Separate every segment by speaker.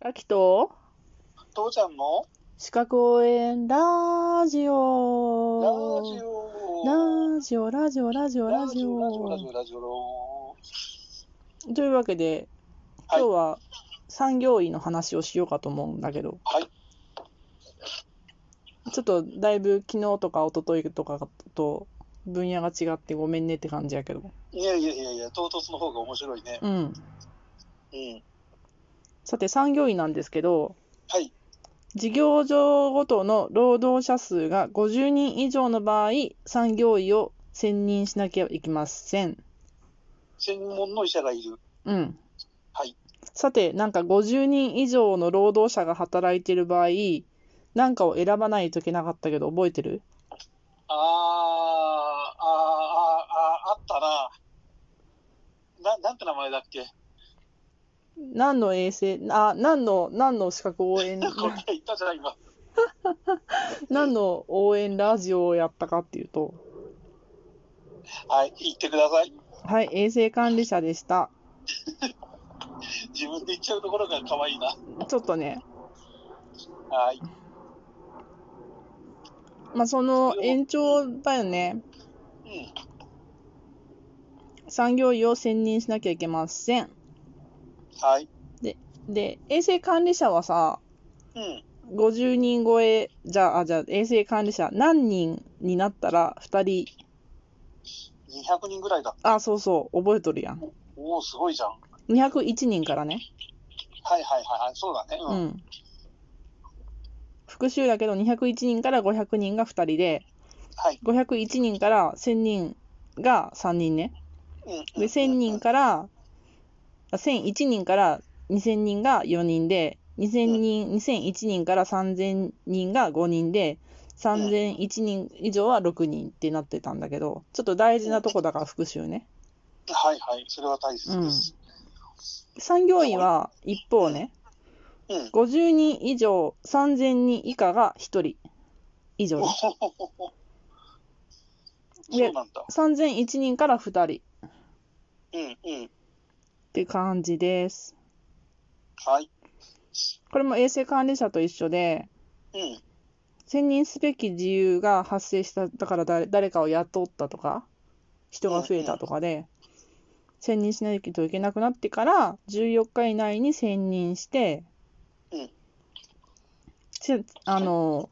Speaker 1: あきと、
Speaker 2: 父ちゃんの
Speaker 1: 資格応援ラジ
Speaker 2: ラジ
Speaker 1: オ。
Speaker 2: オ
Speaker 1: ラジオ、ラジオ、ラジオ、ラジ
Speaker 2: ラジオラジ
Speaker 1: オ。
Speaker 2: オラジオ
Speaker 1: というわけで、
Speaker 2: は
Speaker 1: 今
Speaker 2: い
Speaker 1: 日は産業医の話をしようかと思うんだけど、
Speaker 2: はい
Speaker 1: ちょっとだいぶ昨日とか一昨日とかと分野が違ってごめんねって感じやけど。
Speaker 2: いやいやいやいや唐突の方が面白いね
Speaker 1: うん。
Speaker 2: うん
Speaker 1: さて、産業医なんですけど、
Speaker 2: はい
Speaker 1: 事業所ごとの労働者数が50人以上の場合、産業医を選任しなきゃいけません。
Speaker 2: 専門の医者がいる
Speaker 1: うん。
Speaker 2: はい
Speaker 1: さて、なんか50人以上の労働者が働いている場合、なんかを選ばないといけなかったけど、覚えてる
Speaker 2: あーあーあーあーあったなななんて名前だっけ
Speaker 1: 何の衛生、あ、何の、何の資格 応援、
Speaker 2: これ言ったじゃない今
Speaker 1: 何の応援ラジオをやったかっていうと、
Speaker 2: はい言ってください
Speaker 1: はい、衛生管理者でした。
Speaker 2: 自分で言っちゃうところが可愛いな
Speaker 1: ちょっとね、
Speaker 2: はい
Speaker 1: まあ、その延長だよね。
Speaker 2: うん
Speaker 1: 産業医を選任しなきゃいけません。
Speaker 2: はい
Speaker 1: で、衛生管理者はさ、
Speaker 2: うん
Speaker 1: 50人超え、じゃあ、あじゃあ、衛生管理者、何人になったら2人、
Speaker 2: 200人ぐらいだ
Speaker 1: あ、そうそう、覚えとるやん。
Speaker 2: おおすごいじゃんはい
Speaker 1: 201人からね。
Speaker 2: はいはいはいそうだねう、
Speaker 1: うんん。復習だけど、201人から500人が2人で、
Speaker 2: はい
Speaker 1: 501人から1000人が3人ね。
Speaker 2: うん
Speaker 1: で、1000人から、あ1001人から2000人が4人で、2000人、2001人から3000人が5人で、3001人以上は6人ってなってたんだけど、ちょっと大事なとこだから復習ね。
Speaker 2: はいはい、それは大切です。
Speaker 1: 産業医は一方ね、
Speaker 2: うん。
Speaker 1: 50人以上、3000人以下が1人以上
Speaker 2: お
Speaker 1: で
Speaker 2: ほ
Speaker 1: す。
Speaker 2: ほほほそうなんだ。
Speaker 1: 3001人から2人っ
Speaker 2: うんうん。
Speaker 1: て感じです。
Speaker 2: はい。
Speaker 1: これも衛生管理者と一緒で、
Speaker 2: うん。
Speaker 1: 選任すべき自由が発生した、だから誰誰かを雇ったとか、人が増えたとかで、選任しないといけなくなってから、14日以内に選任して、
Speaker 2: うん
Speaker 1: せあの、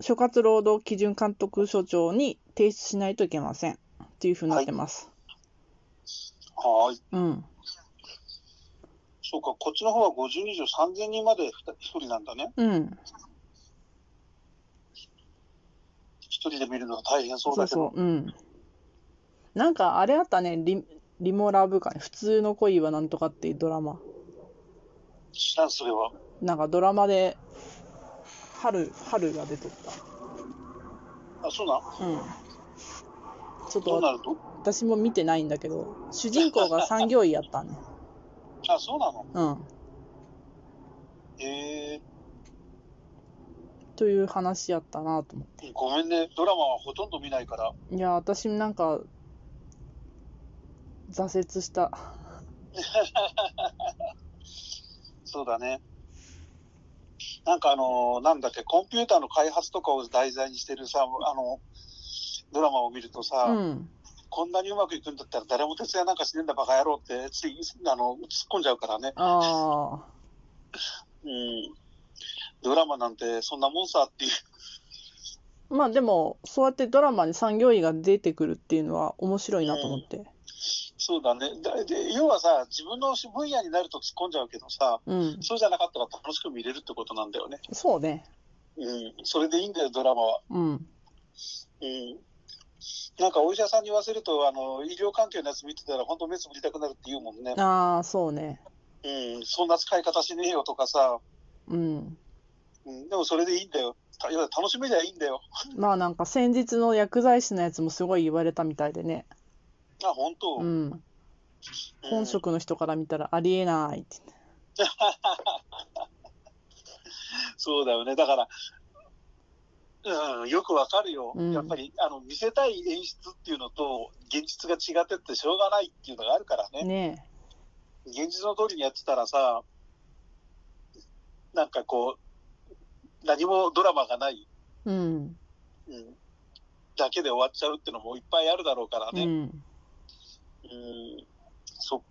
Speaker 1: 所轄労働基準監督署長に提出しないといけません。っていうふうになってます。
Speaker 2: はーい。
Speaker 1: うん。
Speaker 2: そうか、こっちの方は50以上3000人まで1人なんだね。
Speaker 1: うん。
Speaker 2: 一人で見るのは大変そう
Speaker 1: そう
Speaker 2: だけど。
Speaker 1: そう。うん。なんかあれあったね、リリモラブかね。普通の恋はなんとかっていうドラマ。
Speaker 2: 知らん、それは。
Speaker 1: なんかドラマで春春が出とっ
Speaker 2: あ、そうなん。
Speaker 1: た、うん、ちょっ
Speaker 2: ど
Speaker 1: と
Speaker 2: うなると
Speaker 1: 私も見てないんだけど主人公が産業医やったね、
Speaker 2: あ、そうなの。
Speaker 1: うん、
Speaker 2: ええ
Speaker 1: という話やったなと思
Speaker 2: ー。ごめんね、ドラマはほとんど見ないから。
Speaker 1: ういや私なんか挫折した
Speaker 2: そうだね。なんかあのーなんだっけ、コンピューターの開発とかを題材にしてるさ、あの、ドラマを見るとさ、
Speaker 1: うん
Speaker 2: こんなにうまくいくんだったら誰も徹夜なんかしねえんだバカ野郎ってついあの突っ込んじゃうからね、
Speaker 1: ああ
Speaker 2: うん、ドラマなんてそんなもんさっていう、
Speaker 1: まあでもそうやってドラマに産業医が出てくるっていうのは面白いなと思って
Speaker 2: そうだねだで、要はさ、自分の分野になると突っ込んじゃうけどさ、
Speaker 1: うん
Speaker 2: そうじゃなかったら楽しく見れるってことなんだよね、
Speaker 1: そうね
Speaker 2: うん、それでいいんだよ、ドラマは。
Speaker 1: うん
Speaker 2: うんなんかお医者さんに言わせるとあの、医療関係のやつ見てたら、本当、目つぶりたくなるって言うもんね、
Speaker 1: ああそうね
Speaker 2: うん、そんな使い方しねえよとかさ、
Speaker 1: うん
Speaker 2: うん、でもそれでいいんだよ、た要は楽しめりゃいいんだよ、
Speaker 1: まあなんか先日の薬剤師のやつもすごい言われたみたいでね、
Speaker 2: あ本当、
Speaker 1: うん、
Speaker 2: うん
Speaker 1: 本職の人から見たらありえないって
Speaker 2: そうだよね。だから、うん、よくわかるよ。
Speaker 1: うん
Speaker 2: やっぱり、あの、見せたい演出っていうのと、現実が違ってってしょうがないっていうのがあるからね。
Speaker 1: ね
Speaker 2: 現実の通りにやってたらさ、なんかこう、何もドラマがない、
Speaker 1: うん。
Speaker 2: うん、だけで終わっちゃうってのもいっぱいあるだろうから
Speaker 1: う
Speaker 2: ね。
Speaker 1: ん。
Speaker 2: うん、そ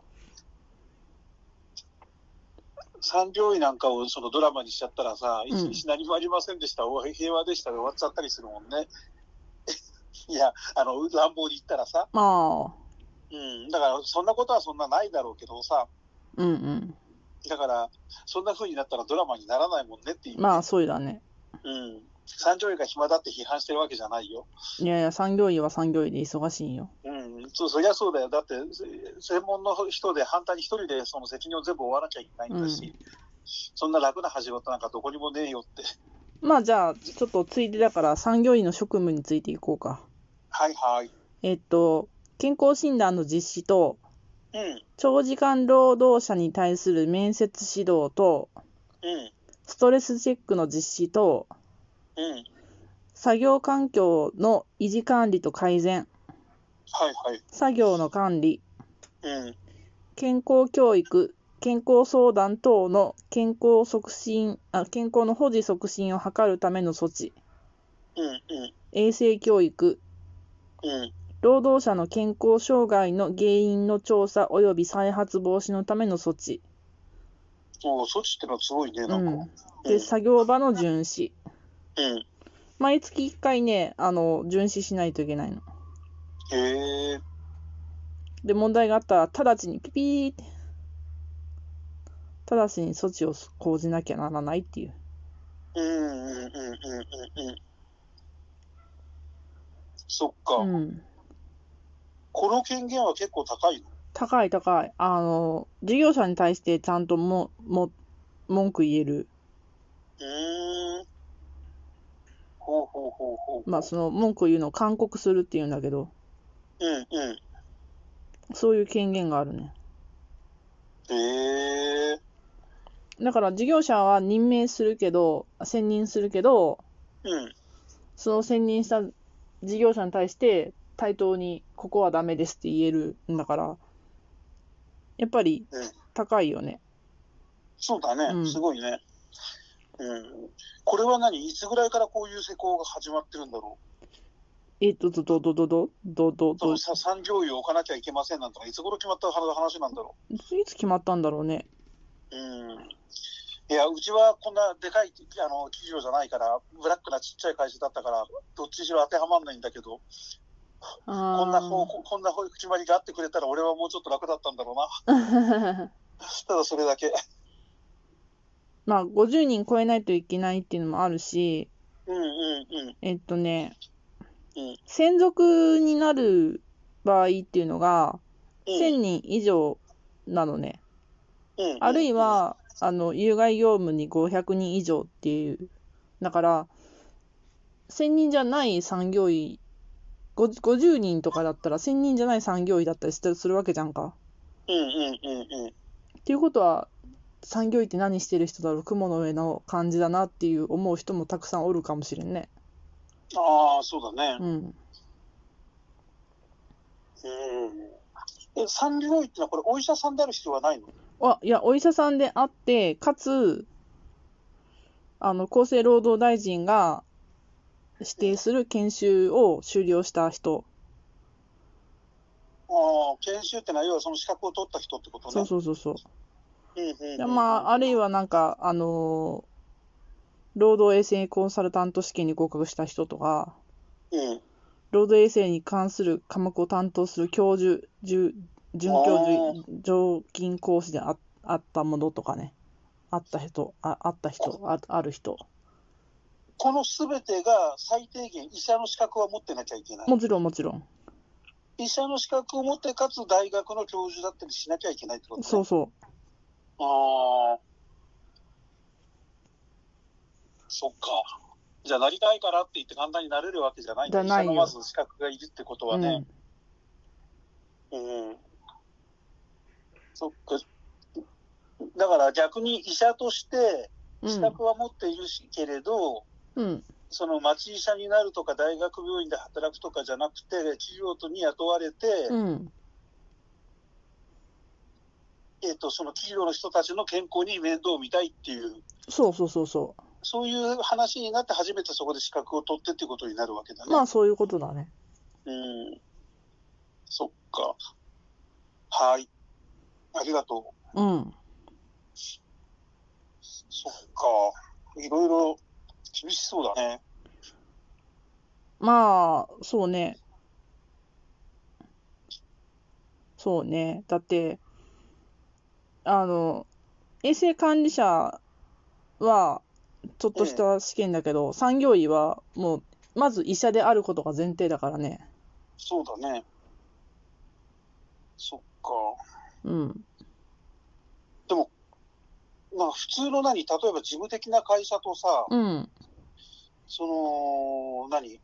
Speaker 2: 産業医なんかをそのドラマにしちゃったらさ、一
Speaker 1: うん
Speaker 2: 日何もありませんでした、お平和でしたで終わっちゃったりするもんね。 いや、あの、乱暴に言ったらさ、
Speaker 1: まあ、
Speaker 2: うん、だからそんなことはそんなないだろうけどさ、
Speaker 1: うんうん。
Speaker 2: だから、そんな風になったらドラマにならないもんねっていう。
Speaker 1: まあ、そうだね。
Speaker 2: うん。産業医が暇だって批判してるわけじゃないよ。
Speaker 1: いやいや、産業医は産業医で忙しいよ。
Speaker 2: うん、そうそりゃそうだよ。だって、せ専門の人で反対に一人でその責任を全部負わなきゃいけないんだし、
Speaker 1: うん
Speaker 2: そんな楽な始まったなんかどこにもねえよって。
Speaker 1: まあ、じゃあ、ちょっとついでだから、産業医の職務についていこうか。
Speaker 2: はいはい。
Speaker 1: えっと、健康診断の実施と、
Speaker 2: うん、
Speaker 1: 長時間労働者に対する面接指導と、
Speaker 2: うん、
Speaker 1: ストレスチェックの実施と、
Speaker 2: うん。はい
Speaker 1: 作業環境の維持管理と改善、
Speaker 2: はい。
Speaker 1: 作業の管理、
Speaker 2: うん、
Speaker 1: 健康教育、健康相談等の健康促進、あ健康の保持促進を図るための措置、
Speaker 2: うん、うん、
Speaker 1: 衛生教育、
Speaker 2: うん、
Speaker 1: 労働者の健康障害の原因の調査及び再発防止のための措置、
Speaker 2: おう措置ってのはすごいね、なんか。
Speaker 1: うんで作業場の巡視。
Speaker 2: うん、
Speaker 1: 毎月1回ね、あの、巡視しないといけないの。
Speaker 2: へえ、
Speaker 1: で、問題があったら、直ちにピピーって、直ちに措置を講じなきゃならないっていう。
Speaker 2: うん、うん、うん、うん、うん、うん。そっか、
Speaker 1: うん。
Speaker 2: この権限は結構高いの
Speaker 1: 高い高い。あの、事業者に対してちゃんとも、も、文句言える。
Speaker 2: うーん。ほうほうほうほう。
Speaker 1: まあ、その、文句言うのを勧告するっていうんだけど、
Speaker 2: うんうん。
Speaker 1: そういう権限があるね。
Speaker 2: へえ。
Speaker 1: だから、事業者は任命するけど、選任するけど、
Speaker 2: うん。
Speaker 1: その選任した事業者に対して対等にここはダメですって言えるんだから、やっぱり
Speaker 2: うん
Speaker 1: 高いよね。
Speaker 2: そうだね。
Speaker 1: うん
Speaker 2: すごいね。うん。これは何いつぐらいからこういう施工が始まってるんだろ
Speaker 1: えっと、どどどどどどど
Speaker 2: うそ
Speaker 1: ど、
Speaker 2: の
Speaker 1: い
Speaker 2: さ産業医を置かなきゃいけませんなんとか、いつ頃決まった話なんだろ
Speaker 1: つ決まったんだろうね。
Speaker 2: ううん。いや、うちはこんなでかいあの企業じゃないから、ブラックなちっちゃい会社だったから、どっちにしろ当てはまんないんだけど、こんな方
Speaker 1: あ
Speaker 2: 向、こんな決まりがあってくれたら、俺はもうちょっと楽だったんだろうな。
Speaker 1: あ。
Speaker 2: ただそれだけ。
Speaker 1: まあ、50人超えないといけないっていうのもあるし、
Speaker 2: うんうんうん。
Speaker 1: えっとね
Speaker 2: うん、
Speaker 1: 専属になる場合っていうのが、1000人以上なのね。あるい、は、あの、有害業務に500人以上っていう。だから、1000人じゃない産業医、50 50人とかだったら、1000人じゃない産業医だったりしたりするわけじゃんか。
Speaker 2: うんうんうんうん。
Speaker 1: っていうことは、産業医って何してる人だろう、雲の上の感じだなっていう思う人もたくさんおるかもしれんね。
Speaker 2: ああ、そうだね。
Speaker 1: うん。
Speaker 2: うん。え、産業医ってのはこれお医者さんである必要はないの
Speaker 1: あ、いや、お医者さんであって、かつ、あの、厚生労働大臣が指定する研修を修了した人。
Speaker 2: ああ、研修ってのは要はその資格を取った人ってことね。
Speaker 1: そうそうそうそう。
Speaker 2: うんうん
Speaker 1: で
Speaker 2: うん。
Speaker 1: まあ、あるいはなんか、あのー労働衛生コンサルタント試験に合格した人とか、
Speaker 2: うん。
Speaker 1: 労働衛生に関する科目を担当する教授、准准教授、常勤講師でああったものとかね、あった人、ああった人あ、ある人、
Speaker 2: このすべてが最低限医者の資格は持ってなきゃいけない。
Speaker 1: もちろんもちろん、
Speaker 2: 医者の資格を持って、かつ大学の教授だったりしなきゃいけないってことね。
Speaker 1: そうそう、
Speaker 2: ああ。そっか。じゃあ、なりたいからって言って簡単になれるわけじゃないんだ
Speaker 1: じゃないよ
Speaker 2: 医者のまず資格がいるってことは
Speaker 1: う
Speaker 2: ね
Speaker 1: ん。、
Speaker 2: うん。そっか。だから逆に医者として
Speaker 1: う
Speaker 2: 資
Speaker 1: ん、
Speaker 2: 格は持っているし、けれど、
Speaker 1: うん、
Speaker 2: その町医者になるとか大学病院で働くとかじゃなくて、企業とに雇われて、
Speaker 1: うん、
Speaker 2: えっと、その企業の人たちの健康に面倒を見たいっていう
Speaker 1: そうそうそうそう。
Speaker 2: そういう話になって初めてそこで資格を取ってっていうことになるわけだね。
Speaker 1: まあそういうことだね。
Speaker 2: うん。そっか。はい。ありがと
Speaker 1: う。うん。
Speaker 2: そっか。いろいろ厳しそうだね。
Speaker 1: まあ、そうね。そうね。だって、あの、衛生管理者は、ちょっとした試験だけど、うん、産業医はもう、まず医者であることが前提だからね。
Speaker 2: そうだね。そっか。
Speaker 1: うん。
Speaker 2: でも、まあ普通の何、例えば事務的な会社とさ、
Speaker 1: うん、
Speaker 2: その、何、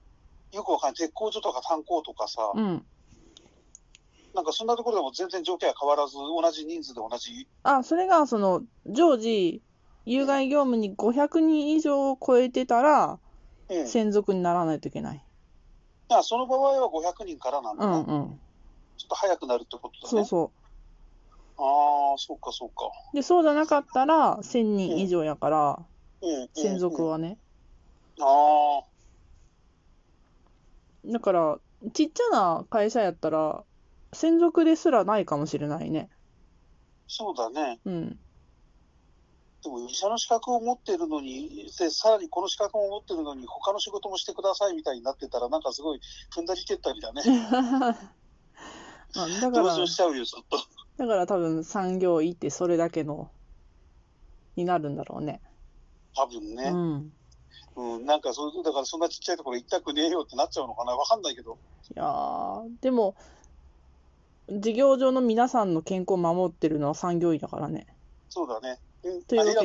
Speaker 2: よくわかんない、鉄工所とか炭鉱とかさ、
Speaker 1: うん、
Speaker 2: なんかそんなところでも全然条件は変わらず、同じ人数で同じ。
Speaker 1: あ、それが、その、常時、有害業務に500人以上を超えてたら、
Speaker 2: うん、
Speaker 1: 専属にならないといけない。
Speaker 2: あその場合は500人からなんだ、
Speaker 1: ね、うんうん、
Speaker 2: ちょっと早くなるってことだね。
Speaker 1: そうそう。
Speaker 2: ああ、そうかそうか。
Speaker 1: で、そうじゃなかったら、1000人以上やから、
Speaker 2: うんうん、
Speaker 1: 専属はね。
Speaker 2: ああ。
Speaker 1: だから、ちっちゃな会社やったら、専属ですらないかもしれないね。
Speaker 2: そうだね。
Speaker 1: うん。
Speaker 2: でも、医者の資格を持ってるのに、でさらにこの資格も持ってるのに、他の仕事もしてくださいみたいになってたら、なんかすごい踏んだり蹴ったりだね。
Speaker 1: まあ、だから、
Speaker 2: 同しちゃうよ、ちょっと。
Speaker 1: だから多分産業医ってそれだけの、になるんだろうね。
Speaker 2: 多分ね。
Speaker 1: うん。
Speaker 2: うん、なんかそう、だからそんなちっちゃいところ行きたくねえよってなっちゃうのかな、わかんないけど。
Speaker 1: いやでも、事業上の皆さんの健康を守ってるのは産業医だからね。
Speaker 2: そうだね。
Speaker 1: というわけで。